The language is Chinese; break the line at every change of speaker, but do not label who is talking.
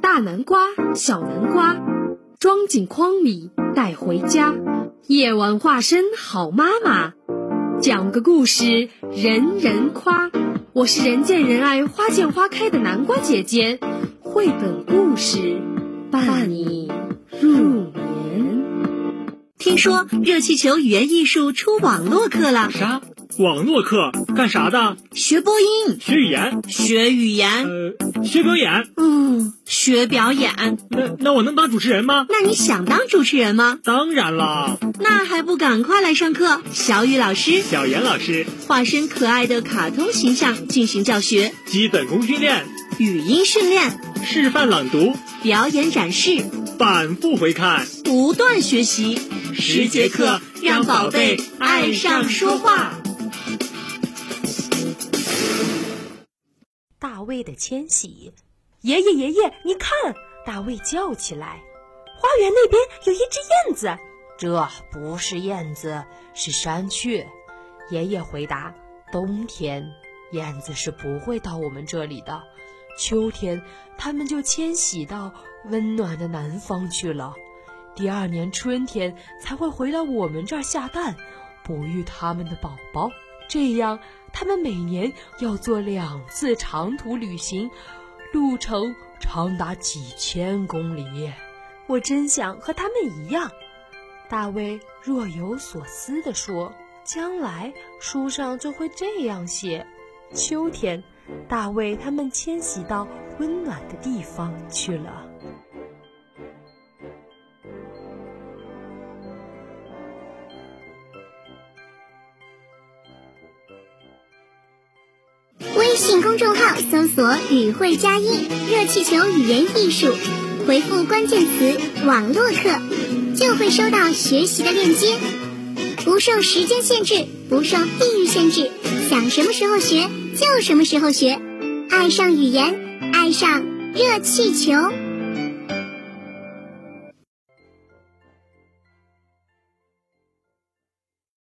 大南瓜、小南瓜，装进筐里带回家。夜晚化身好妈妈，讲个故事人人夸。我是人见人爱、花见花开的南瓜姐姐，绘本故事伴你入眠。
听说热气球语言艺术出网络课了，
啥？网络课干啥的？
学播音、
学语言？
学语言，
呃，学表演？
嗯，学表演。
那那我能当主持人吗？
那你想当主持人吗？
当然啦，
那还不赶快来上课！小雨老师
小严老师，
化身可爱的卡通形象进行教学、
基本功训练，
语音训练、
示范朗读，
表演展示，
反复回看，
不断学习。
十节课让宝贝爱上说话。
大卫的迁徙。爷爷，爷爷，你看！大卫叫起来：“花园那边有一只燕子。”这不是燕子，是山雀。爷爷回答：“冬天，燕子是不会到我们这里的；秋天，它们就迁徙到温暖的南方去了。第二年春天才会回到我们这儿下蛋，哺育它们的宝宝。这样，它们每年要做两次长途旅行，路程长达几千公里。我真想和他们一样。”大卫若有所思地说：“将来书上就会这样写。秋天，大卫他们迁徙到温暖的地方去了。”
微信公众号搜索“语会佳音”，热气球语言艺术，回复关键词“网络课”，就会收到学习的链接。不受时间限制，不受地域限制，想什么时候学就什么时候学。爱上语言，爱上热气球。